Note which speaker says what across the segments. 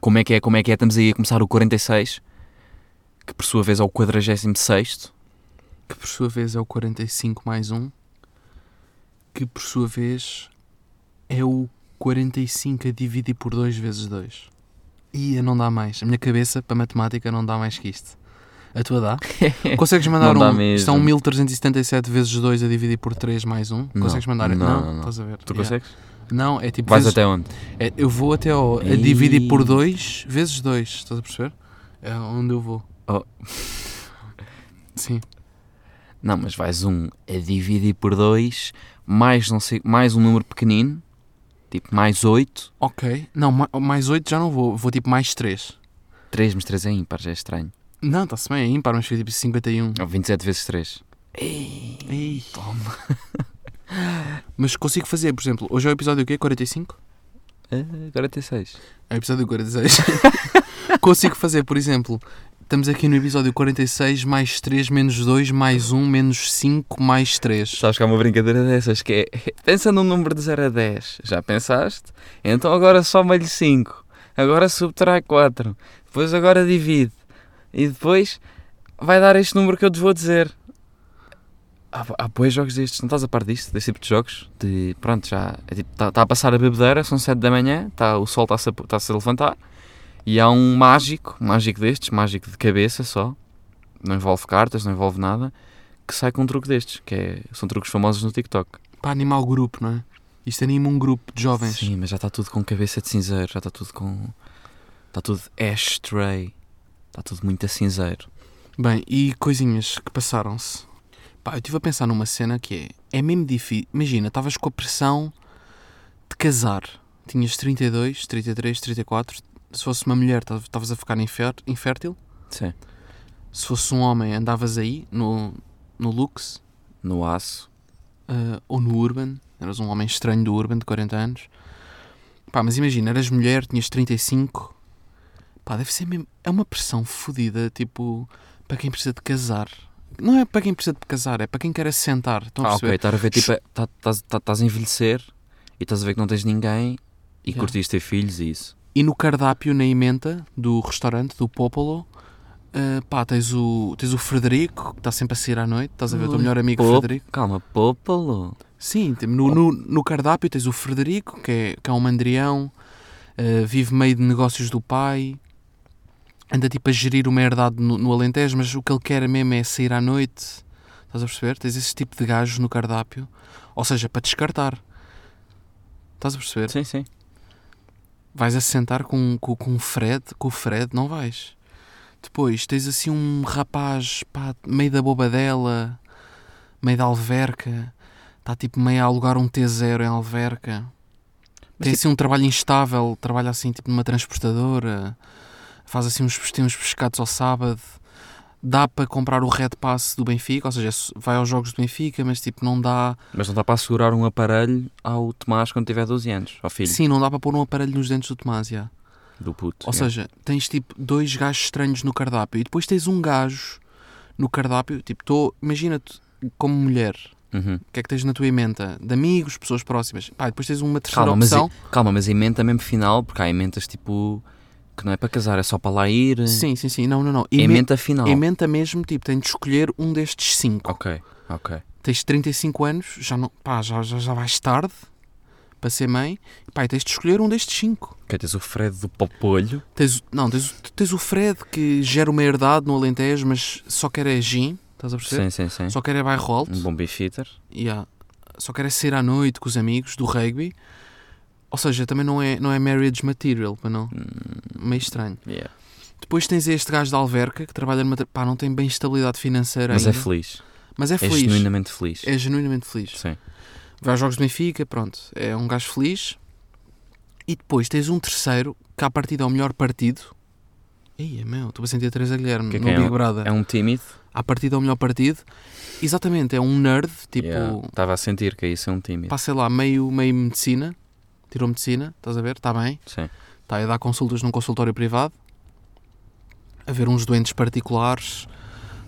Speaker 1: Como é que é, como é que é? Estamos aí a começar o 46, que por sua vez é o 46,
Speaker 2: que por sua vez é o 45 mais um, que por sua vez é o 45 a dividir por 2 vezes 2. Ia, não dá mais. A minha cabeça, para matemática, não dá mais que isto. A tua dá? Consegues mandar
Speaker 1: Não dá
Speaker 2: um.
Speaker 1: mesmo.
Speaker 2: Estão 1377 vezes 2 a dividir por 3 mais 1.
Speaker 1: Não.
Speaker 2: Consegues mandar?
Speaker 1: Não, não, não.
Speaker 2: estás a ver.
Speaker 1: Tu
Speaker 2: Yeah.
Speaker 1: consegues?
Speaker 2: Não, é tipo.
Speaker 1: Vais
Speaker 2: vezes-
Speaker 1: até onde?
Speaker 2: é, eu vou até ao. A
Speaker 1: Ei.
Speaker 2: dividir por 2 vezes 2. Estás a perceber? É onde eu vou.
Speaker 1: Oh.
Speaker 2: Sim.
Speaker 1: Não, mas vais um a dividir por 2, mais, não sei, mais um número pequenino, tipo mais 8,
Speaker 2: Ok. Não, ma- mais 8 já não vou. Vou tipo mais 3.
Speaker 1: 3 mas 3 é ímpar, já é estranho.
Speaker 2: Não, está-se bem, é ímpar, mas foi tipo 51.
Speaker 1: Ou 27 vezes 3.
Speaker 2: Ei, toma. mas consigo fazer, por exemplo, hoje é o episódio o quê? 45?
Speaker 1: Ah, 46.
Speaker 2: É o episódio 46. Consigo fazer, por exemplo, estamos aqui no episódio 46, mais 3, menos 2, mais 1, menos 5, mais 3.
Speaker 1: Sabes que há uma brincadeira dessas que é, pensa num número de 0 a 10, já pensaste? Então agora soma-lhe 5, agora subtrai 4, depois agora divide, e depois vai dar este número que eu te vou dizer. Há, há bué jogos destes, não estás a par disto, deste tipo de jogos? De, pronto, já, é tipo, está a passar a bebedeira, são 7 da manhã, tá, o sol está-se a, tá a levantar, e há um mágico, um mágico destes, mágico de cabeça só, não envolve cartas, não envolve nada, que sai com um truque destes, que é- são truques famosos no TikTok.
Speaker 2: Para animar o grupo, não é? Isto anima um grupo de jovens.
Speaker 1: Sim, mas já está tudo com cabeça de cinzeiro, já está tudo com. Está tudo ashtray. Está tudo muito a cinzeiro.
Speaker 2: Bem, e coisinhas que passaram-se. Pá, eu estive a pensar numa cena que é. É mesmo difícil. Imagina, estavas com a pressão de casar. Tinhas 32, 33, 34. Se fosse uma mulher, tav- estavas a ficar infer- infértil.
Speaker 1: Sim.
Speaker 2: Se fosse um homem, andavas aí, no, no Lux
Speaker 1: No aço.
Speaker 2: ah, ou no Urban. Eras um homem estranho do Urban de 40 anos. Pá, mas imagina, eras mulher, tinhas 35. Pá, deve ser mesmo. É uma pressão fodida, tipo, para quem precisa de casar. Não é para quem precisa de casar, é para quem quer assentar. Estão a
Speaker 1: Ah, ok.
Speaker 2: perceber?
Speaker 1: Estás a ver, tipo, estás tá, estás a envelhecer e estás a ver que não tens ninguém e
Speaker 2: Yeah.
Speaker 1: curtiste ter filhos e isso.
Speaker 2: E no cardápio, na emenda do restaurante, do Popolo, ah, pá, tens o, tens o Frederico, que está sempre a sair à noite. Estás a ver o teu
Speaker 1: Ui.
Speaker 2: melhor amigo
Speaker 1: Pop-
Speaker 2: Frederico.
Speaker 1: Calma, popolo.
Speaker 2: Sim, tem- no, no, no cardápio tens o Frederico, que é, que é um mandrião, eh, vive meio de negócios do pai, anda tipo a gerir uma herdade no, no Alentejo, mas o que ele quer mesmo é sair à noite. Estás a perceber? Tens esse tipo de gajos no cardápio. Ou seja, para descartar. Estás a perceber?
Speaker 1: Sim, sim.
Speaker 2: Vais assentar com, com, com o Fred, com o Fred, não vais. Depois tens assim um rapaz pá, meio da bobadela, meio da alverca, está tipo meio a alugar um T0 em alverca.
Speaker 1: Mas
Speaker 2: Tem
Speaker 1: tipo-
Speaker 2: assim um trabalho instável, trabalha assim tipo numa transportadora, faz assim uns, tem uns pescados ao sábado. Dá para comprar o Red Pass do Benfica, ou seja, é vai aos jogos do Benfica, mas tipo não dá.
Speaker 1: Mas não dá para assegurar um aparelho ao Tomás quando tiver 12 anos, ao filho
Speaker 2: Sim, não dá para pôr um aparelho nos dentes do Tomás, já.
Speaker 1: do puto.
Speaker 2: Ou
Speaker 1: Yeah.
Speaker 2: seja, tens tipo dois gajos estranhos no cardápio e depois tens um gajo no cardápio, tipo, tô, imagina-te como mulher,
Speaker 1: Uhum.
Speaker 2: o que é que tens na tua emenda? De amigos, pessoas próximas. Pá, e depois tens uma terceira
Speaker 1: Calma, mas,
Speaker 2: opção.
Speaker 1: calma, mas ementa mesmo final, porque há ementas tipo que não é para casar, é só para lá ir.
Speaker 2: Sim, sim, sim, não, não, não. Emen-
Speaker 1: Ementa final.
Speaker 2: Emenda mesmo, tipo, tens de escolher um destes cinco.
Speaker 1: Ok, ok.
Speaker 2: Tens 35 anos, já, não, pá, já, já, já vais tarde para ser mãe, pá, e tens de escolher um destes cinco.
Speaker 1: Ok, tens o Fred do Popolho.
Speaker 2: Tens, o- não, tens, o- tens o Fred que gera uma herdade no Alentejo, mas só quer é gin, estás a
Speaker 1: Sim,
Speaker 2: perceber?
Speaker 1: sim, sim.
Speaker 2: Só quer é bairro alto.
Speaker 1: Um bom bifitter.
Speaker 2: Yeah. Só quer é sair à noite com os amigos do rugby. Ou seja, também não é, não é marriage material, para não.
Speaker 1: Hum.
Speaker 2: Meio estranho.
Speaker 1: Yeah.
Speaker 2: Depois tens este gajo da alverca que trabalha numa. tra- Pá, não tem bem estabilidade financeira
Speaker 1: Mas é
Speaker 2: ainda.
Speaker 1: feliz.
Speaker 2: mas é
Speaker 1: É
Speaker 2: feliz.
Speaker 1: genuinamente feliz.
Speaker 2: É genuinamente feliz.
Speaker 1: Sim.
Speaker 2: Vai aos Jogos do Benfica, pronto. É um gajo feliz. E depois tens um terceiro que, à partida, é o melhor partido. Ia, meu, estou a sentir a Teresa Guilherme
Speaker 1: Que é
Speaker 2: no
Speaker 1: que é?
Speaker 2: Big Brother.
Speaker 1: É um tímido.
Speaker 2: À partida, é o melhor partido. Exatamente, é um nerd, tipo.
Speaker 1: Yeah. Estava a sentir que isso é um tímido.
Speaker 2: pá, sei lá, meio, meio medicina, tirou medicina, estás a ver? Está bem,
Speaker 1: Sim.
Speaker 2: está a dar consultas num consultório privado, a ver uns doentes particulares,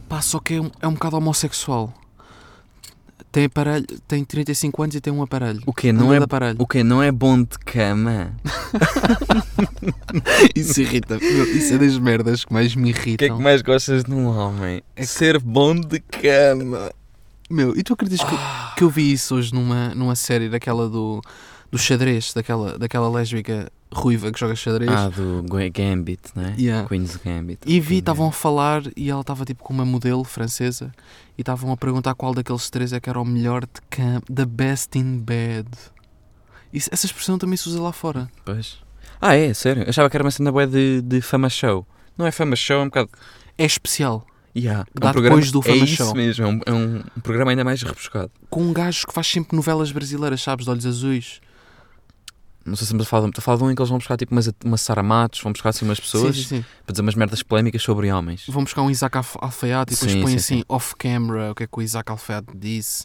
Speaker 2: pá, só que é um, é um bocado homossexual. Tem aparelho, tem 35 anos e tem um aparelho.
Speaker 1: O que
Speaker 2: Não
Speaker 1: não
Speaker 2: é
Speaker 1: é
Speaker 2: de aparelho.
Speaker 1: o quê? Não é bom de cama?
Speaker 2: Isso irrita. Meu, Isso é das merdas que mais me
Speaker 1: O que é que
Speaker 2: irritam.
Speaker 1: mais gostas de um homem?
Speaker 2: É que-
Speaker 1: Ser bom de cama.
Speaker 2: Meu, e tu acreditas que, que eu vi isso hoje numa, numa série daquela do, do xadrez, daquela, daquela lésbica ruiva que joga xadrez?
Speaker 1: Ah, do Gwa- Gambit, né?
Speaker 2: Yeah.
Speaker 1: Queen's Gambit.
Speaker 2: E vi,
Speaker 1: Queen
Speaker 2: estavam a falar e ela estava tipo com uma modelo francesa e estavam a perguntar qual daqueles três é que era o melhor de campo, the best in bed. Isso, essa expressão também se usa lá fora.
Speaker 1: Gambit. Pois. Ah, é? Sério? Eu achava que era uma cena bué de, de fama show. Não é fama show, é um bocado...
Speaker 2: É especial.
Speaker 1: Yeah. é um
Speaker 2: Dá
Speaker 1: programa-
Speaker 2: depois do
Speaker 1: É
Speaker 2: fama
Speaker 1: isso
Speaker 2: show.
Speaker 1: mesmo, é um, é um- um programa ainda mais rebuscado.
Speaker 2: Com um gajo que faz sempre novelas brasileiras, sabes, de olhos azuis.
Speaker 1: Não sei se estamos a falar de um, estou a falar de um em que eles vão buscar tipo umas, umas Sara Matos, vão buscar assim umas pessoas
Speaker 2: Sim, sim, sim.
Speaker 1: para dizer umas merdas polémicas sobre homens.
Speaker 2: Vão buscar um Isaac Alf- Alfaiate e depois
Speaker 1: Sim,
Speaker 2: põem
Speaker 1: sim,
Speaker 2: assim
Speaker 1: sim.
Speaker 2: off-camera, o que é que o Isaac Alfaiate disse.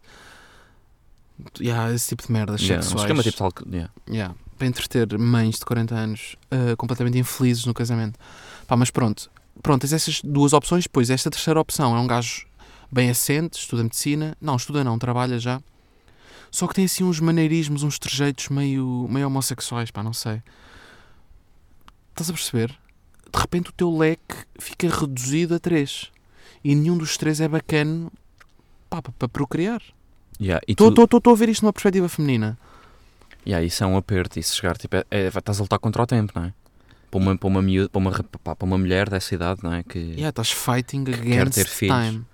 Speaker 2: Yeah, esse tipo de merdas
Speaker 1: Yeah, um
Speaker 2: sexuais.
Speaker 1: esquema tipo tal que- yeah.
Speaker 2: Yeah, para entreter mães de 40 anos ah, completamente infelizes no casamento. Pá, mas pronto. Pronto, tens essas duas opções. Pois, esta terceira opção é um gajo bem assente, estuda medicina. Não, estuda não, trabalha já. Só que tem assim uns maneirismos, uns trejeitos meio, meio homossexuais, pá, não sei. Estás a perceber? De repente o teu leque fica reduzido a três. E nenhum dos três é bacana pá, para para procriar.
Speaker 1: Yeah, e tu-
Speaker 2: Estou a ver isto numa perspectiva feminina.
Speaker 1: Yeah, isso é um aperto, e se chegar, tipo, é, é- estás a lutar contra o tempo, não é? Para uma, para uma, miúda, para uma, rap- pá, para uma mulher dessa idade, não é? Que
Speaker 2: Yeah, estás fighting
Speaker 1: Que quer
Speaker 2: against
Speaker 1: ter filhos.
Speaker 2: time.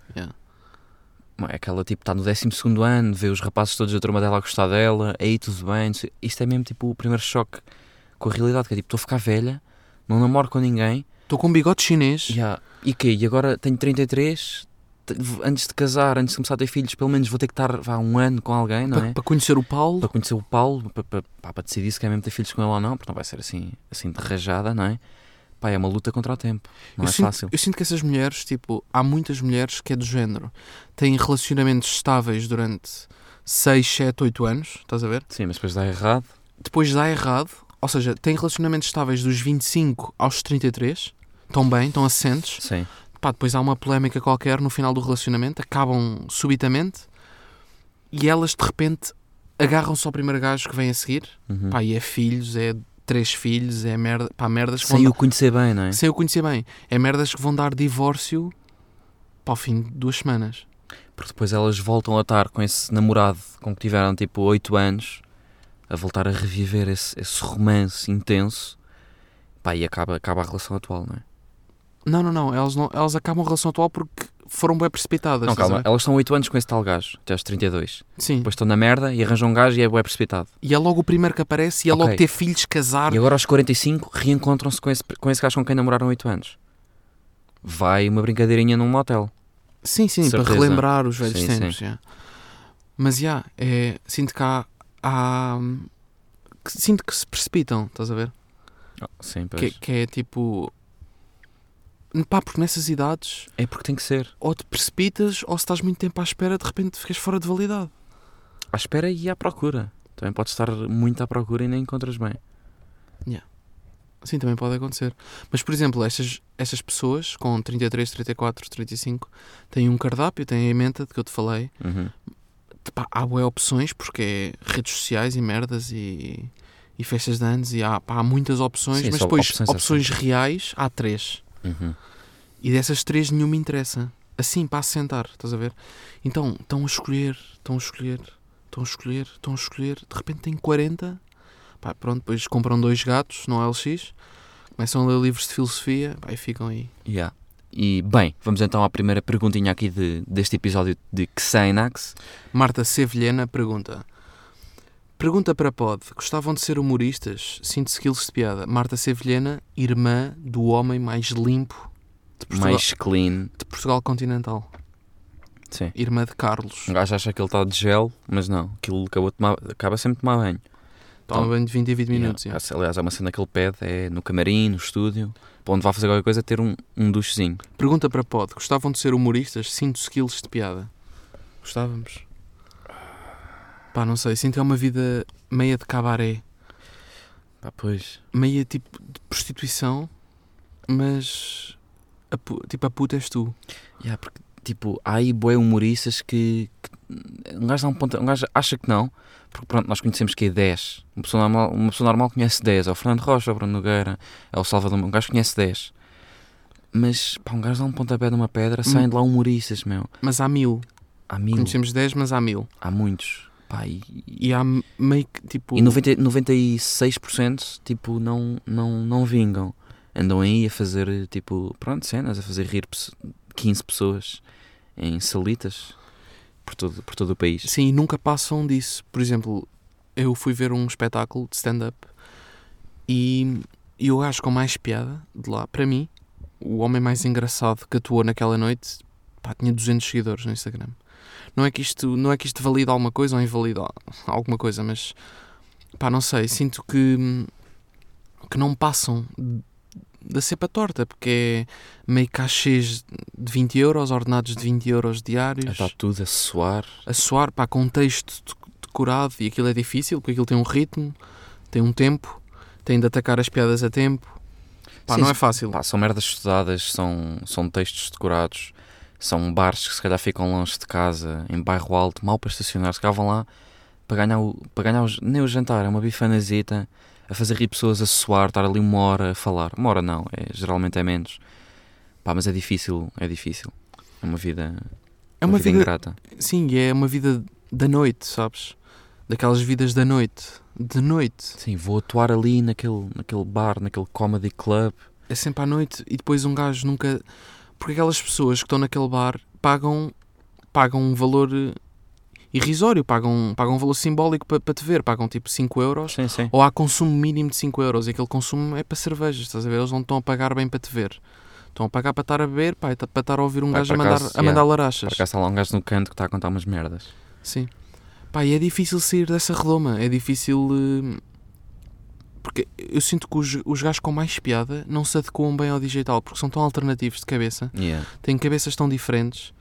Speaker 1: não é aquela, tipo, está no 12 ano, vê os rapazes todos da turma dela a gostar dela, aí tudo bem. não sei- Isto é mesmo, tipo, o primeiro choque com a realidade, que é tipo, estou a ficar velha, não namoro com ninguém,
Speaker 2: Estou com um bigode chinês.
Speaker 1: yeah, e quê? E agora tenho 33, te- antes de casar, antes de começar a ter filhos, pelo menos vou ter que estar vá, um ano com alguém, não
Speaker 2: Para
Speaker 1: é?
Speaker 2: conhecer o Paulo,
Speaker 1: para conhecer o Paulo, para, para, pá, para decidir se quer mesmo ter filhos com ele ou não, porque não vai ser assim, assim de rajada, não é? Pá, é uma luta contra o tempo. Não
Speaker 2: eu,
Speaker 1: é
Speaker 2: sinto,
Speaker 1: fácil.
Speaker 2: eu sinto que essas mulheres, tipo, há muitas mulheres que é do género, têm relacionamentos estáveis durante 6, 7, 8 anos, estás a ver?
Speaker 1: Sim, mas depois dá errado.
Speaker 2: Depois dá errado, ou seja, têm relacionamentos estáveis dos 25 aos 33, estão bem, estão assentes,
Speaker 1: Sim.
Speaker 2: pá, depois há uma polémica qualquer no final do relacionamento, acabam subitamente e elas de repente agarram-se ao primeiro gajo que vem a seguir
Speaker 1: Uhum.
Speaker 2: Pá, e é filhos, é três filhos, é merda, pá, merdas que vão
Speaker 1: Sem
Speaker 2: dar-
Speaker 1: o conhecer bem, não é?
Speaker 2: sem eu conhecer bem. É merdas que vão dar divórcio para o fim de duas semanas.
Speaker 1: Porque depois elas voltam a estar com esse namorado com que tiveram tipo 8 anos, a voltar a reviver esse, esse romance intenso. Pá, e acaba, acaba a relação atual, não é?
Speaker 2: Não, não, não, elas, não, elas acabam a relação atual porque foram bem precipitadas.
Speaker 1: Não,
Speaker 2: estás a
Speaker 1: calma,
Speaker 2: ver?
Speaker 1: elas estão 8 anos com esse tal gajo, até aos 32.
Speaker 2: Sim,
Speaker 1: Depois estão na merda e arranjam um gajo e é bué precipitado.
Speaker 2: e é logo o primeiro que aparece e é
Speaker 1: Ok.
Speaker 2: logo ter filhos, casar.
Speaker 1: E agora aos 45 reencontram-se com esse, com esse gajo com quem namoraram 8 anos. Vai uma brincadeirinha num motel.
Speaker 2: Sim, sim, para
Speaker 1: Certeza.
Speaker 2: relembrar os velhos
Speaker 1: Sim,
Speaker 2: tempos. yeah. Mas já, é, sinto que há. há- hum, que- sinto que se precipitam, estás a ver?
Speaker 1: sim,
Speaker 2: Que, que é tipo. Pá, porque nessas idades
Speaker 1: É porque tem que ser.
Speaker 2: ou te precipitas ou se estás muito tempo à espera de repente ficas fora de validade.
Speaker 1: À espera e à procura. Também podes estar muito à procura e nem encontras bem.
Speaker 2: Sim, também pode acontecer. Mas, por exemplo, estas, estas pessoas com 33, 34, 35 têm um cardápio, têm a emenda de que eu te falei. Pá, há boas opções porque é redes sociais e merdas e, e festas de anos e há, pá, há muitas opções,
Speaker 1: Sim,
Speaker 2: mas
Speaker 1: só
Speaker 2: depois
Speaker 1: opções
Speaker 2: opções,
Speaker 1: assim.
Speaker 2: reais há três. E dessas três nenhuma interessa. Assim, para assentar, estás a ver? Então, estão a escolher, estão a escolher, estão a escolher, estão a escolher. De repente tem 40. Pá, pronto, depois compram dois gatos, não é LX. Começam a ler livros de filosofia. Pá, e ficam aí.
Speaker 1: Yeah. E bem, vamos então à primeira perguntinha aqui de- deste episódio de Xenax.
Speaker 2: Marta Sevilhena pergunta. Pergunta para Pod. Gostavam de ser humoristas? Sinto skills de piada. Marta Sevilhena, irmã do homem mais limpo de Portugal,
Speaker 1: Mais clean.
Speaker 2: de Portugal continental.
Speaker 1: Sim.
Speaker 2: Irmã de Carlos.
Speaker 1: Um gajo acha que ele está de gel, mas não. Aquilo acabou de tomar, acaba sempre de tomar banho.
Speaker 2: Toma banho de 20 a 20 minutos.
Speaker 1: Então, Yeah.
Speaker 2: yeah.
Speaker 1: Aliás, há uma cena que ele pede, é no camarim, no estúdio, para onde vai fazer qualquer coisa, ter um, um duchezinho.
Speaker 2: Pergunta para Pod: gostavam de ser humoristas? Sinto skills de piada. Gostávamos. Pá, não sei. Sinto que é uma vida meia de cabaré,
Speaker 1: Pá, pois.
Speaker 2: meia tipo de prostituição, mas a pu- tipo a puta és tu.
Speaker 1: Yeah, porque, tipo, há aí boé humoristas que, que um, gajo dá um, ponto, um gajo acha que não, porque pronto, nós conhecemos que é 10. Uma pessoa normal, uma pessoa normal conhece 10. É o Fernando Rocha, é o Bruno Nogueira, é o Salvador. Um gajo conhece 10. Mas pá, um gajo dá um pontapé numa pedra, saem de lá humoristas, meu.
Speaker 2: Mas há mil.
Speaker 1: Há mil,
Speaker 2: Conhecemos 10, mas há mil.
Speaker 1: há muitos. Pá, e,
Speaker 2: E há meio que tipo.
Speaker 1: E 90, 96% tipo, não, não, não vingam. Andam aí a fazer tipo, pronto, cenas, a fazer rir pesso- 15 pessoas em salitas por todo, por todo o país.
Speaker 2: Sim, e nunca passam disso. Por exemplo, eu fui ver um espetáculo de stand-up e, e o gajo com mais piada de lá, para mim, o homem mais engraçado que atuou naquela noite, pá, tinha 200 seguidores no Instagram. Não é que isto, não é que isto valida alguma coisa ou invalida alguma coisa, mas pá, não sei, sinto que que não passam da cepa torta, porque é meio cachês de 20 euros, ordenados de 20 euros
Speaker 1: A
Speaker 2: diários
Speaker 1: estar tudo a suar.
Speaker 2: a soar pá, com um texto de- decorado e aquilo é difícil porque aquilo tem um ritmo, tem um tempo, tem de atacar as piadas a tempo. Pá,
Speaker 1: Sim,
Speaker 2: não
Speaker 1: sim.
Speaker 2: é fácil.
Speaker 1: Pá, são merdas estudadas, são, são textos decorados, são bares que se calhar ficam longe de casa, em bairro alto, mal para estacionar, se calhar vão lá para ganhar, o, para ganhar o j- nem o jantar, é uma bifanazita, a fazer rir pessoas, a suar, estar ali uma hora a falar. Uma hora não, é, geralmente é menos. Pá, mas é difícil, é difícil. É uma vida,
Speaker 2: é uma vida,
Speaker 1: ingrata.
Speaker 2: sim, e é uma vida da noite, sabes? Daquelas vidas da noite, de noite.
Speaker 1: Sim, vou atuar ali naquele, naquele bar, naquele comedy club.
Speaker 2: É sempre à noite e depois um gajo nunca. Porque aquelas pessoas que estão naquele bar pagam, pagam um valor eh, irrisório, pagam, pagam um valor simbólico para te ver, pagam tipo 5 euros
Speaker 1: Sim, sim.
Speaker 2: ou há consumo mínimo de 5 euros e aquele consumo é para cervejas, estás a ver? Eles não estão a pagar bem para te ver. Estão a pagar para estar a beber, pá, e ta- para estar a ouvir um
Speaker 1: Pá,
Speaker 2: gajo a
Speaker 1: por
Speaker 2: mandar,
Speaker 1: acaso,
Speaker 2: a mandar
Speaker 1: yeah.
Speaker 2: larachas.
Speaker 1: Para cá está lá um gajo no canto que está a contar umas merdas.
Speaker 2: Sim. Pá, e é difícil sair dessa redoma. É difícil... eh, Porque eu sinto que os, os gajos com mais piada não se adequam bem ao digital, porque são tão alternativos de cabeça,
Speaker 1: Yeah.
Speaker 2: têm cabeças tão diferentes,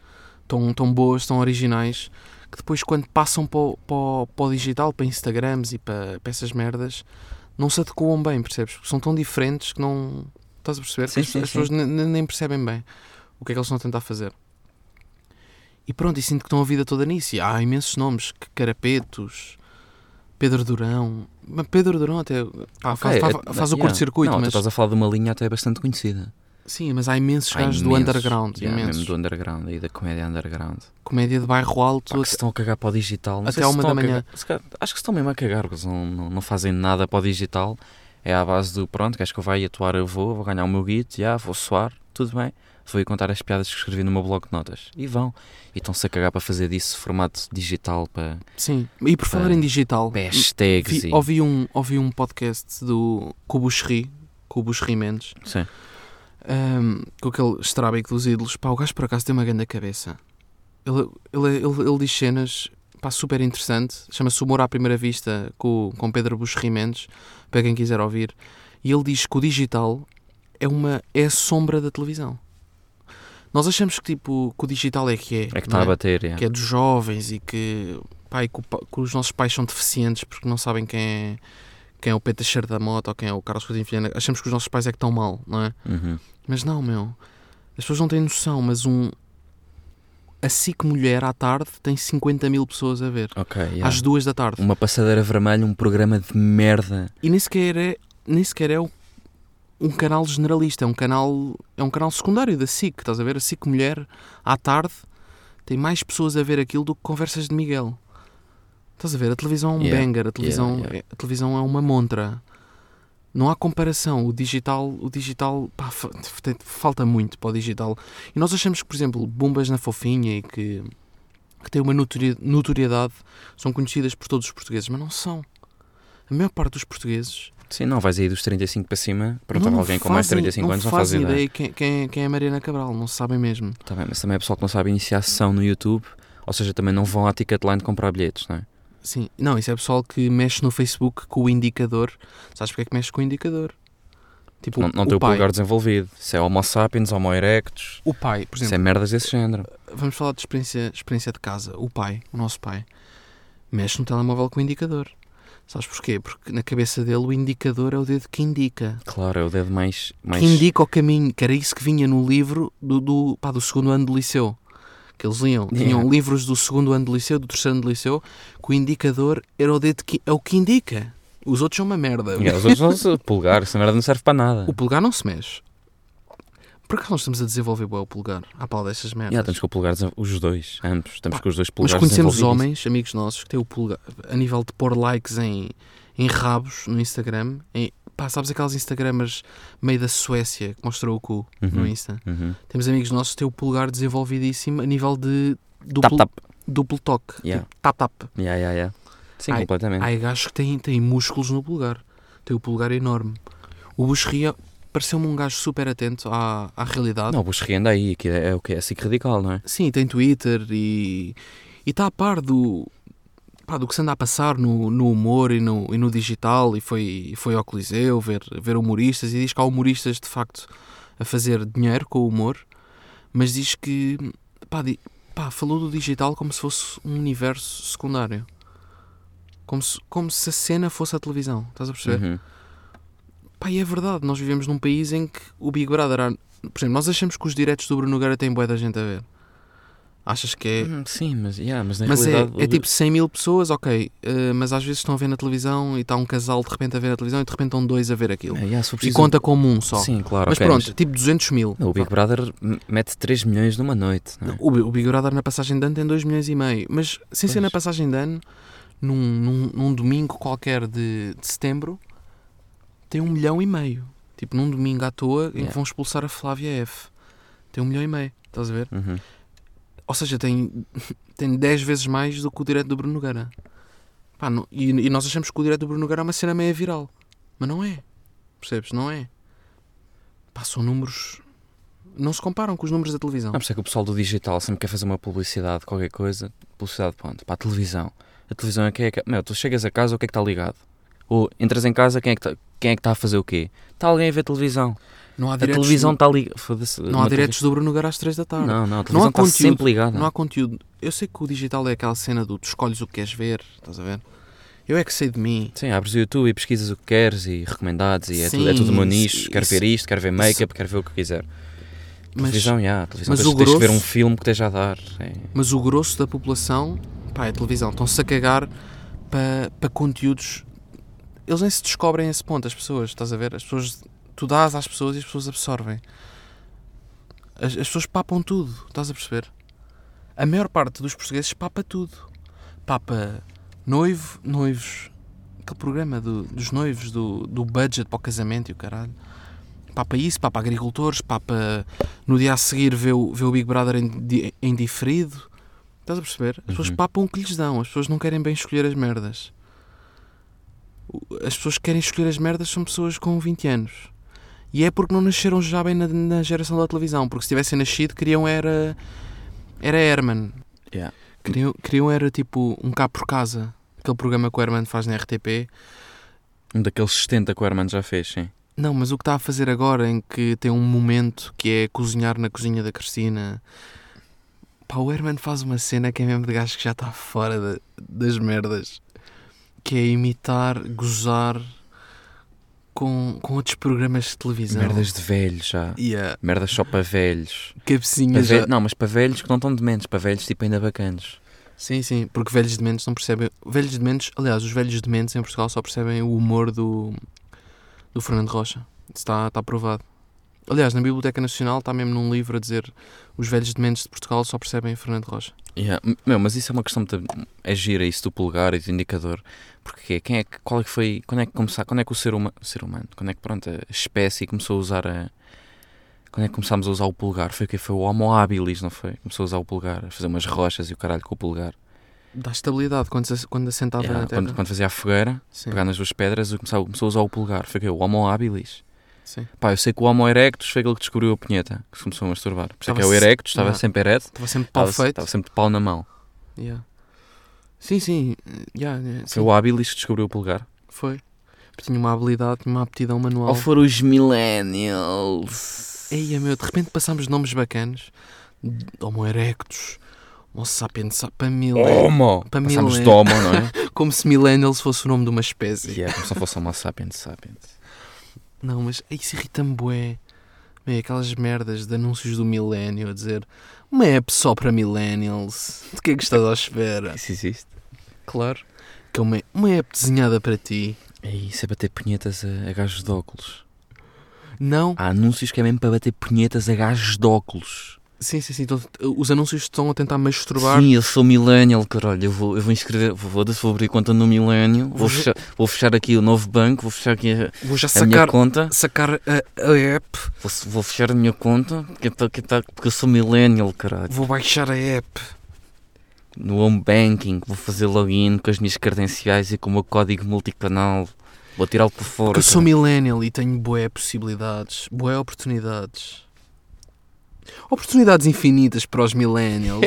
Speaker 2: tão, tão boas, tão originais, que depois quando passam para o, para o- para o digital, para Instagrams e para, para essas merdas, não se adequam bem, percebes? Porque são tão diferentes que não. Estás a perceber?
Speaker 1: Sim,
Speaker 2: as,
Speaker 1: sim,
Speaker 2: as
Speaker 1: sim.
Speaker 2: pessoas ne- ne- nem percebem bem o que é que eles estão a tentar fazer. E pronto, e sinto que estão a vida toda nisso. E há imensos nomes, que- Carapetos, Pedro Durão. Mas Pedro Durão até pá, faz,
Speaker 1: Ok,
Speaker 2: faz-
Speaker 1: é-
Speaker 2: faz o
Speaker 1: yeah.
Speaker 2: curto-circuito,
Speaker 1: Não, tu
Speaker 2: mas,
Speaker 1: estás a falar de uma linha até bastante conhecida.
Speaker 2: sim, mas há imensos
Speaker 1: Há
Speaker 2: gajos do
Speaker 1: imensos,
Speaker 2: underground,
Speaker 1: yeah,
Speaker 2: imensos.
Speaker 1: mesmo do underground e da comédia underground.
Speaker 2: Comédia de bairro alto,
Speaker 1: Pá, que se estão a cagar para o digital. Não sei
Speaker 2: Até
Speaker 1: se
Speaker 2: uma
Speaker 1: estão
Speaker 2: da
Speaker 1: a cagar-
Speaker 2: manhã.
Speaker 1: se calhar- acho que se estão mesmo a cagar, porque eles não, não, não fazem nada para o digital. É à base do pronto, queres que eu vá atuar, eu vou, vou ganhar o meu guito, já, vou suar, tudo bem. Vou ir contar as piadas que escrevi no meu bloco de notas. E vão. E estão-se a cagar para fazer disso formato digital, para
Speaker 2: Sim, e por
Speaker 1: Ah,
Speaker 2: falar em digital,
Speaker 1: para hashtags
Speaker 2: vi-
Speaker 1: e...
Speaker 2: ouvi, um, ouvi um podcast do Cubuxri, Cubuxri Mendes,
Speaker 1: Sim.
Speaker 2: ahm, com aquele estrábico dos ídolos. Pá, o gajo por acaso tem uma grande cabeça. Ele, ele, ele, ele diz cenas pá, super interessante, chama-se Humor à Primeira Vista, com, com Pedro Buxri Mendes, para quem quiser ouvir. E ele diz que o digital é, uma, é a sombra da televisão. Nós achamos que, tipo, que o digital é que é.
Speaker 1: É que
Speaker 2: não
Speaker 1: está a bater, é.
Speaker 2: que é dos jovens e que, pá, e que, o pa- que os nossos pais são deficientes porque não sabem quem é, quem é o Peter Cheiro da Mota ou quem é o Carlos Coutinho Vilhena. Achamos que os nossos pais é que estão mal, não é?
Speaker 1: Uhum.
Speaker 2: Mas não, meu. As pessoas não têm noção, mas um... A SIC Mulher, à tarde, tem 50 mil pessoas a ver.
Speaker 1: Ok, yeah.
Speaker 2: Às duas da tarde.
Speaker 1: Uma passadeira vermelha, um programa de merda.
Speaker 2: E nem sequer é, nem sequer é um, um canal generalista, é um canal, é um canal secundário da SIC, estás a ver? A SIC Mulher, à tarde, tem mais pessoas a ver aquilo do que conversas de Miguel. Estás a ver? A televisão é um
Speaker 1: Yeah,
Speaker 2: banger, a televisão,
Speaker 1: yeah,
Speaker 2: a televisão é uma montra. Não há comparação. O digital, o digital pá, fa- tem- falta muito para o digital. E nós achamos que, por exemplo, bombas na fofinha e que, que têm uma notori- notoriedade são conhecidas por todos os portugueses, mas não são. A maior parte dos portugueses
Speaker 1: Sim, não, vais aí dos 35 para cima, perguntar
Speaker 2: não
Speaker 1: a alguém com mais de
Speaker 2: fazem-
Speaker 1: 35 anos, não faz
Speaker 2: fazem
Speaker 1: ideia.
Speaker 2: ideia quem, quem, é- quem é a Mariana Cabral, não sabem mesmo.
Speaker 1: Tá bem, mas também é pessoal que não sabe iniciar sessão no YouTube, ou seja, também não vão à Ticketline comprar bilhetes, não é?
Speaker 2: Sim, não, isso é pessoal que mexe no Facebook com o indicador. Sabes porque é que mexe com o indicador? Tipo,
Speaker 1: não
Speaker 2: o,
Speaker 1: não tem o
Speaker 2: pai,
Speaker 1: pulgar desenvolvido. Se é Homo sapiens, Homo erectus,
Speaker 2: o pai, por exemplo,
Speaker 1: se é merdas desse género.
Speaker 2: vamos falar de experiência, experiência de casa. O pai, o nosso pai, mexe no telemóvel com o indicador. Sabes porquê? Porque na cabeça dele o indicador é o dedo que indica.
Speaker 1: Claro, é o dedo mais. mais...
Speaker 2: Que indica o caminho, que era isso que vinha no livro do, do, pá, do segundo ano do liceu. que eles liam.
Speaker 1: Yeah.
Speaker 2: Tinham livros do segundo ano de liceu, do terceiro ano de liceu, que o indicador era o dedo que é o que indica. Os outros são uma merda.
Speaker 1: E é, os outros não se pulgar, essa merda não serve para nada.
Speaker 2: O polegar não se mexe. Por acaso nós estamos a desenvolver bué o polegar? À pala destas merdas.
Speaker 1: Yeah, estamos com o pulgar, desen- os dois, ambos. Estamos
Speaker 2: Pá,
Speaker 1: com os dois
Speaker 2: Mas
Speaker 1: pulgares
Speaker 2: conhecemos
Speaker 1: desenvolvidos.
Speaker 2: homens, amigos nossos, que têm o polegar a nível de pôr likes em, em rabos no Instagram. Em, pá, sabes aquelas Instagramers meio da Suécia que mostrou o cu no
Speaker 1: Uhum.
Speaker 2: Insta?
Speaker 1: Uhum.
Speaker 2: Temos amigos nossos que têm o polegar desenvolvidíssimo a nível de
Speaker 1: Tap,
Speaker 2: duplo,
Speaker 1: tap.
Speaker 2: duplo toque.
Speaker 1: Yeah.
Speaker 2: Tipo, tap, tap.
Speaker 1: Yeah, yeah, yeah. Sim,
Speaker 2: Ai,
Speaker 1: completamente.
Speaker 2: Há gajos que têm, têm músculos no polegar. Têm o polegar enorme. O Buxria pareceu-me um gajo super atento à, à realidade.
Speaker 1: Não, o Bush anda aí, que é, é o que é assim radical, não é?
Speaker 2: Sim, tem Twitter e está a par do, pá, do que se anda a passar no, no humor e no, e no digital. E foi, foi ao Coliseu ver, ver humoristas e diz que há humoristas de facto a fazer dinheiro com o humor, mas diz que pá, di- pá, falou do digital como se fosse um universo secundário. Como se, como se a cena fosse a televisão, estás a perceber?
Speaker 1: Uhum.
Speaker 2: Pá, e é verdade, nós vivemos num país em que o Big Brother. há- Por exemplo, nós achamos que os diretos do Bruno Nogueira têm boé da gente a ver. Achas que é.
Speaker 1: Hum, Sim, mas, yeah, mas na
Speaker 2: Mas é,
Speaker 1: realidade.
Speaker 2: é tipo 100 mil pessoas, ok, eh, mas às vezes estão a ver na televisão e está um casal de repente a ver na televisão e de repente estão dois a ver aquilo.
Speaker 1: É, yeah, se for
Speaker 2: e
Speaker 1: preciso-
Speaker 2: conta como um só.
Speaker 1: Sim, claro.
Speaker 2: mas
Speaker 1: ok,
Speaker 2: pronto, tipo 200 mil.
Speaker 1: Não, o Big Brother m- mete 3 milhões numa noite. Não é?
Speaker 2: O, Bi- o Big Brother na passagem de ano tem 2 milhões e meio, mas sem ser
Speaker 1: Pois.
Speaker 2: na passagem de ano, num, num, num domingo qualquer de, de setembro, tem 1 um milhão e meio. Tipo, num domingo à toa em
Speaker 1: Yeah.
Speaker 2: que vão expulsar a Flávia F. Tem 1 um milhão e meio, estás a ver?
Speaker 1: Uhum.
Speaker 2: Ou seja, tem, tem 10 vezes mais do que o direto do Bruno Nogueira. Pá, não- e, e nós achamos que o direto do Bruno Nogueira é uma cena meia viral. Mas não é. Percebes? Não é. Pá, são números... Não se comparam com os números da televisão.
Speaker 1: Não, por isso é que o pessoal do digital sempre quer fazer uma publicidade, qualquer coisa. Publicidade, ponto. Para a televisão. A televisão é quem é que. Meu, tu chegas a casa, o que é que está ligado? Ou entras em casa, quem é que está quem é que está a fazer o quê? Está alguém a ver televisão.
Speaker 2: Não há
Speaker 1: a
Speaker 2: diretos
Speaker 1: televisão está ligada. Foda-se.
Speaker 2: Não há
Speaker 1: uma
Speaker 2: diretos do Bruno Nogueira às 3 da tarde.
Speaker 1: televisão- Não, não, a
Speaker 2: Não há
Speaker 1: televisão está
Speaker 2: conteúdo.
Speaker 1: sempre ligada.
Speaker 2: Não há conteúdo. Eu sei que o digital é aquela cena do tu escolhes o que queres ver, estás a ver? Eu é que sei de mim.
Speaker 1: Sim, abres o YouTube e pesquisas o que queres e recomendados e é,
Speaker 2: Sim,
Speaker 1: tudo, é tudo o meu
Speaker 2: isso-
Speaker 1: nicho. Quero ver isto, quero ver make-up, quero ver o que quiser.
Speaker 2: Mas,
Speaker 1: televisão, yeah, a televisão
Speaker 2: mas
Speaker 1: tens,
Speaker 2: o
Speaker 1: tens de ver
Speaker 2: grosso-
Speaker 1: um filme que esteja a dar. É.
Speaker 2: mas o grosso da população, pá, é a televisão. Estão-se a cagar para para conteúdos. Eles nem se descobrem a esse ponto, as pessoas, estás a ver? As pessoas. Tu dás às pessoas e as pessoas absorvem. As, as pessoas papam tudo, estás a perceber? A maior parte dos portugueses papa tudo. Papa noivo, noivos. Aquele programa do- dos noivos, do, do budget para o casamento e o caralho. Papa isso, papa agricultores, papa no dia a seguir vê o, vê o Big Brother em, di- em diferido. Estás a perceber? As pessoas
Speaker 1: Uhum.
Speaker 2: papam o que lhes dão, as pessoas não querem bem escolher as merdas. O- As pessoas que querem escolher as merdas são pessoas com 20 anos. E é porque não nasceram já bem na, na geração da televisão, porque se tivessem nascido queriam era. Era Herman.
Speaker 1: Yeah.
Speaker 2: Queriam, queriam era tipo um cá por casa, aquele programa que o Herman faz na RTP.
Speaker 1: Um daqueles 70 que o Herman já fez, sim.
Speaker 2: Não, mas o que está a fazer agora em que tem um momento que é cozinhar na cozinha da Cristina. Pá, o Herman faz uma cena que é mesmo de gajo que já está fora da- das merdas. Que é imitar, gozar com, com outros programas de televisão.
Speaker 1: Merdas de velhos já.
Speaker 2: Yeah.
Speaker 1: Merdas só para velhos. Para
Speaker 2: Cabecinha já.
Speaker 1: ve- Não, mas para velhos que não estão dementes, para velhos tipo ainda bacanos.
Speaker 2: Sim, sim, porque velhos dementes não percebem. Velhos dementes, aliás, os velhos dementes em Portugal só percebem o humor do, do Fernando Rocha. Isso está, está aprovado. Aliás, na Biblioteca Nacional está mesmo num livro a dizer os velhos dementes de Portugal só percebem Fernando Rocha.
Speaker 1: Yeah. M- Meu, mas isso é uma questão de é gira isso do polegar e do indicador. Porque quem é que, qual é que foi, quando é que começar, quando é que o ser, huma, ser humano, quando é que pronto, a espécie começou a usar a quando é que começámos a usar o polegar? Foi o que foi o Homo habilis, não foi? Começou a usar o polegar, a fazer umas rochas e o caralho com o polegar.
Speaker 2: Dá estabilidade quando, se- quando assentava
Speaker 1: Yeah,
Speaker 2: na terra.
Speaker 1: quando, quando fazia a fogueira,
Speaker 2: Sim,
Speaker 1: pegar nas duas pedras, e começou, começou a usar o polegar. Foi o que o Homo habilis.
Speaker 2: sim.
Speaker 1: Pá, eu sei que o Homo erectus foi aquele que descobriu a punheta, que se começou a masturbar. Por isso é que é o
Speaker 2: Estava se-
Speaker 1: erectus, estava
Speaker 2: Yeah.
Speaker 1: sempre ereto,
Speaker 2: Estava sempre pau
Speaker 1: estava, se-
Speaker 2: feito.
Speaker 1: estava sempre de pau na mão.
Speaker 2: Yeah. Sim, sim. Yeah, yeah,
Speaker 1: Foi
Speaker 2: sim.
Speaker 1: o habilis que descobriu o polegar.
Speaker 2: Foi. Porque tinha uma habilidade, tinha uma aptidão manual.
Speaker 1: Ou é foram os millennials?
Speaker 2: Eia, meu, de repente passámos nomes bacanas. Homo erectus, Homo sapiens sapamile.
Speaker 1: Homo!
Speaker 2: é. Para
Speaker 1: Passámos
Speaker 2: millennials.
Speaker 1: de homo, não é?
Speaker 2: Como se millennials fosse o nome de uma espécie.
Speaker 1: yeah, como se não fosse uma sapiens sapiens.
Speaker 2: Não, mas isso irrita-me bué. Meio aquelas merdas de anúncios do milénio a dizer uma app só para millennials. De que é que estás à espera?
Speaker 1: Isso existe.
Speaker 2: Claro. Que é uma, uma app desenhada para ti.
Speaker 1: É isso, é bater punhetas a, a gajos de óculos.
Speaker 2: Não. ah,
Speaker 1: Há anúncios que é mesmo para bater punhetas a gajos de óculos.
Speaker 2: Sim, sim, sim. Então, os anúncios estão a tentar masturbar.
Speaker 1: Sim, eu sou millennial, caralho. Eu vou, eu vou inscrever, vou, vou, vou abrir conta no millennial, vou
Speaker 2: Vou-
Speaker 1: fechar, vou fechar aqui o novo banco, vou fechar aqui a,
Speaker 2: Vou já
Speaker 1: a minha
Speaker 2: sacar,
Speaker 1: conta,
Speaker 2: sacar a, a app.
Speaker 1: vou, vou fechar a minha conta, porque, eu tô- que tá- porque eu sou millennial, caralho.
Speaker 2: Vou baixar a app.
Speaker 1: No home banking, vou fazer login com as minhas credenciais e com o meu código multicanal. Vou tirá-lo por fora.
Speaker 2: Porque eu sou
Speaker 1: caralho.
Speaker 2: millennial e tenho boé possibilidades, boé oportunidades. Oportunidades infinitas para os millennials.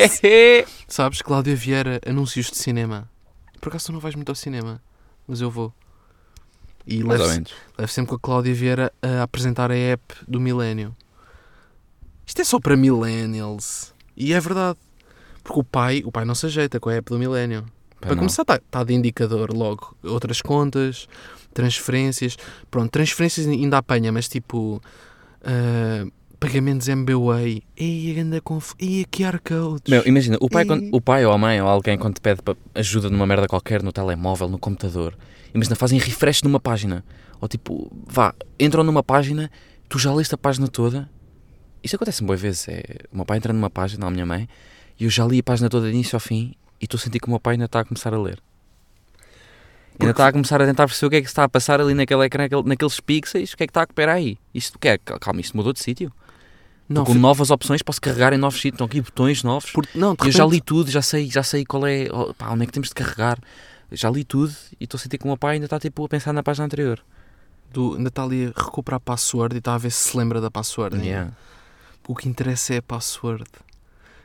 Speaker 2: Sabes, Cláudia Vieira, anúncios de cinema. Por acaso tu não vais muito ao cinema, mas eu vou. E
Speaker 1: Mais ou
Speaker 2: levo,
Speaker 1: menos.
Speaker 2: levo sempre com a Cláudia Vieira a apresentar a app do milênio. Isto é só para millennials. E é verdade. Porque o pai, o pai não se ajeita com a app do milênio.
Speaker 1: Pá,
Speaker 2: Para
Speaker 1: não.
Speaker 2: começar, está de indicador logo. Outras contas, transferências. Pronto, transferências ainda apanha, mas tipo. ah, pagamentos MBWay. Ei, a grande conf... Ei, a QR codes.
Speaker 1: Meu, imagina, o pai,
Speaker 2: E-
Speaker 1: quando- o pai ou a mãe ou alguém quando te pede pa- ajuda numa merda qualquer, no telemóvel, no computador, imagina, fazem refresh numa página. Ou tipo, vá, entram numa página, tu já leste a página toda. Isto acontece boas vezes. É, o meu pai entra numa página, ou a minha mãe, e eu já li a página toda de início ao fim, e estou a sentir que o meu pai ainda está a começar a ler. Ainda
Speaker 2: Porque-
Speaker 1: está a começar a tentar perceber o que é que se está a passar ali naquele ecrã, aquele- naqueles pixels, o que é que está a recuperar aí. Isto, o que é? Calma, isto mudou de sítio.
Speaker 2: não,
Speaker 1: Com novas opções, posso carregar em novos sítios, estão aqui botões novos.
Speaker 2: por- não, de
Speaker 1: Eu já
Speaker 2: repente-
Speaker 1: li tudo, já sei, já sei qual é, oh, pá, onde é que temos de carregar. Já li tudo e estou a sentir que o meu pai ainda está tipo, a pensar na página anterior.
Speaker 2: do, ainda está ali a recuperar a password e está a ver se se lembra da password. ainda.
Speaker 1: Yeah.
Speaker 2: O que interessa é a password.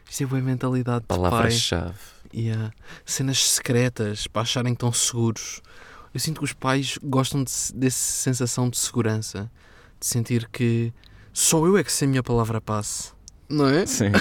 Speaker 2: Isto é boa mentalidade de pai.
Speaker 1: Palavra-chave.
Speaker 2: Yeah. Cenas secretas para acharem tão seguros. Eu sinto que os pais gostam de, se- dessa sensação de segurança. De sentir que só eu é que sei a minha palavra passe. Não é?
Speaker 1: Sim.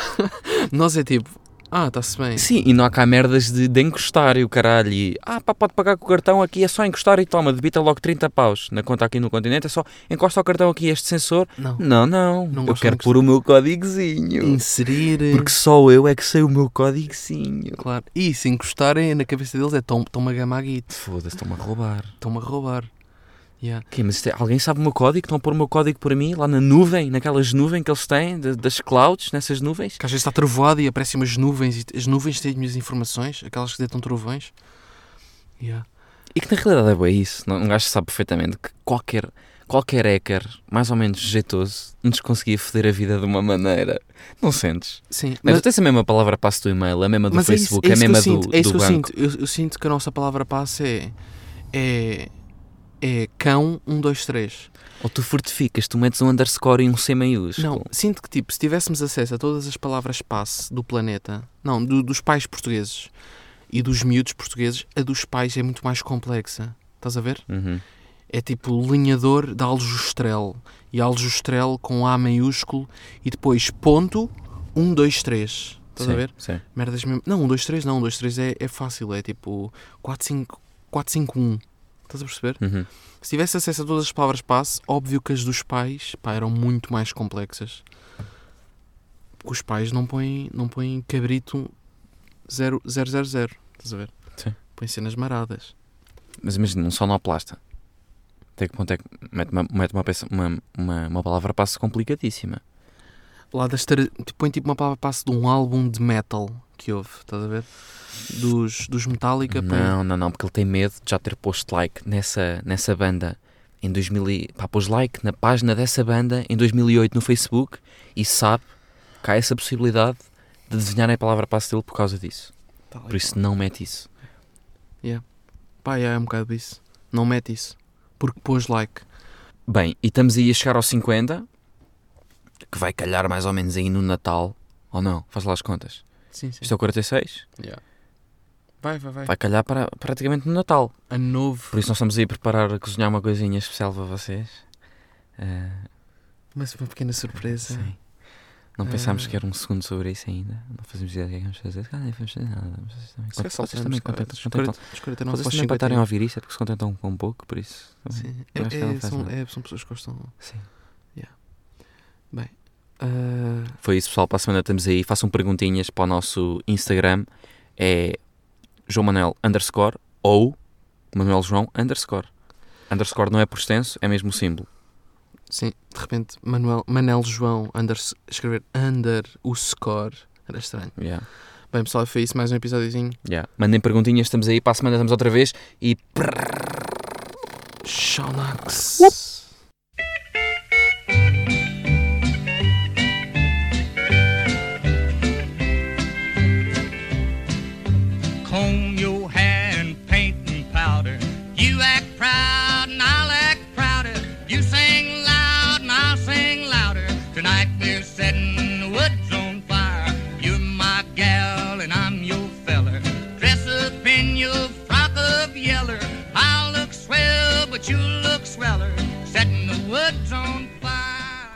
Speaker 2: Nós é tipo, ah, está-se bem.
Speaker 1: Sim, e não há cá merdas de, de encostar e o caralho. E, ah, pá, pode pagar com o cartão aqui, é só encostar e toma, debita logo 30 paus. Na conta aqui no continente é só encosta o cartão aqui, este sensor.
Speaker 2: Não.
Speaker 1: Não, não,
Speaker 2: Não
Speaker 1: eu
Speaker 2: gosto
Speaker 1: quero
Speaker 2: de
Speaker 1: pôr o meu códigozinho.
Speaker 2: Inserir.
Speaker 1: Porque só eu é que sei o meu códigozinho.
Speaker 2: Claro. E se encostarem na cabeça deles é tão- tão-me a gamar guito.
Speaker 1: Foda-se, estão-me a roubar.
Speaker 2: Estão-me a roubar. Yeah.
Speaker 1: Quê? Mas isto é- alguém sabe o meu código? Estão a pôr o meu código para mim lá na nuvem, naquelas nuvens que eles têm, de- das clouds, nessas nuvens?
Speaker 2: Que às vezes está trovoado e aparecem umas nuvens e as nuvens têm as minhas informações, aquelas que detam trovões. Yeah.
Speaker 1: E que na realidade é bem isso. Não, um gajo sabe perfeitamente que qualquer, qualquer hacker, mais ou menos jeitoso, nos conseguia foder a vida de uma maneira. Não sentes?
Speaker 2: Sim,
Speaker 1: Mas,
Speaker 2: mas,
Speaker 1: tens a mesma palavra passo do e-mail, a mesma do
Speaker 2: mas é isso,
Speaker 1: Facebook,
Speaker 2: é
Speaker 1: a
Speaker 2: isso que eu
Speaker 1: mesma
Speaker 2: sinto.
Speaker 1: do,
Speaker 2: é isso
Speaker 1: do
Speaker 2: que eu
Speaker 1: banco.
Speaker 2: sinto. Eu, eu sinto que a nossa palavra passa é, é, é cão 123.
Speaker 1: Ou tu fortificas, tu metes um underscore e um C maiúsculo.
Speaker 2: Não, sinto que tipo, se tivéssemos acesso a todas as palavras passe do planeta, não, do- dos pais portugueses e dos miúdos portugueses, a dos pais é muito mais complexa. Estás a ver?
Speaker 1: Uhum.
Speaker 2: é tipo linhador da aljustrel. E aljustrel com A maiúsculo e depois ponto 1, 2, 3. Estás a
Speaker 1: Sim,
Speaker 2: ver?
Speaker 1: Sim.
Speaker 2: Merdas mesmo. Não, 1, 2, 3 não. 1, 2, 3 é, é fácil. É tipo 4, 5, 4, 5, 1. Estás a perceber?
Speaker 1: Uhum.
Speaker 2: Se tivesse acesso a todas as palavras passe, óbvio que as dos pais pá, eram muito mais complexas. Porque os pais não põem, não põem cabrito 000. Estás a ver?
Speaker 1: Sim.
Speaker 2: Põem cenas maradas.
Speaker 1: Mas imagina, um sonoplasta. Até que ponto é que mete uma, mete uma, peça- uma, uma, uma palavra passo complicadíssima.
Speaker 2: lá das tar... tipo, põe tipo uma palavra passe de um álbum de metal que houve, estás a ver? Dos, dos Metallica, põe-
Speaker 1: Não, não, não, porque ele tem medo de já ter posto like nessa, nessa banda em 2000. E, pá, pôs like na página dessa banda em 2008 no Facebook e sabe que há essa possibilidade de desenhar a palavra passo dele por causa disso.
Speaker 2: Tá ali,
Speaker 1: Por isso não mete isso.
Speaker 2: Pá, é, é um bocado isso. Não mete isso. Porque pôs like.
Speaker 1: Bem, e estamos aí a chegar aos 50, que vai calhar mais ou menos aí no Natal, ou não? Faz lá as contas.
Speaker 2: Sim, sim.
Speaker 1: Isto é o 46?
Speaker 2: Vai, vai, vai.
Speaker 1: Vai calhar para, praticamente no Natal.
Speaker 2: A novo.
Speaker 1: Por isso nós estamos aí a preparar a cozinhar uma coisinha especial para vocês. Ah,
Speaker 2: Mas uma pequena surpresa.
Speaker 1: sim. Não pensámos
Speaker 2: Ah.
Speaker 1: que era um segundo sobre isso ainda. Não fazemos ideia do que é que vamos fazer. Se calhar nem vamos fazer nada. Vocês também,
Speaker 2: é Se calhar
Speaker 1: vocês também
Speaker 2: saltamos, cara.
Speaker 1: contentam.
Speaker 2: Dos
Speaker 1: contentam-
Speaker 2: 40 dos 49
Speaker 1: Vocês
Speaker 2: para os
Speaker 1: também para estarem a
Speaker 2: 51.
Speaker 1: ouvir isso é porque se contentam com um pouco, por isso. também.
Speaker 2: Sim.
Speaker 1: Eu acho que
Speaker 2: É,
Speaker 1: ela
Speaker 2: é,
Speaker 1: faz
Speaker 2: são,
Speaker 1: nada.
Speaker 2: é, são pessoas que gostam.
Speaker 1: Sim.
Speaker 2: Ah,
Speaker 1: Foi isso, pessoal. Para a semana estamos aí. Façam perguntinhas para o nosso Instagram. É João Manuel underscore ou Manuel João underscore. Underscore não é por extenso, é mesmo o símbolo.
Speaker 2: sim, de repente, Manuel, Manel João, under, escrever under o score. Era estranho.
Speaker 1: Yeah.
Speaker 2: Bem, pessoal, foi isso. Mais um episódiozinho.
Speaker 1: Yeah. Mandem perguntinhas, estamos aí. Para a semana estamos outra vez. E
Speaker 2: Shaunax.
Speaker 1: Uh!
Speaker 3: comb your hair and paint and powder. You act proud and I'll act prouder. You sing loud and I'll sing louder. Tonight we're setting the woods on fire. You're my gal and I'm your feller. Dress up in your frock of yeller. I'll look swell, but you'll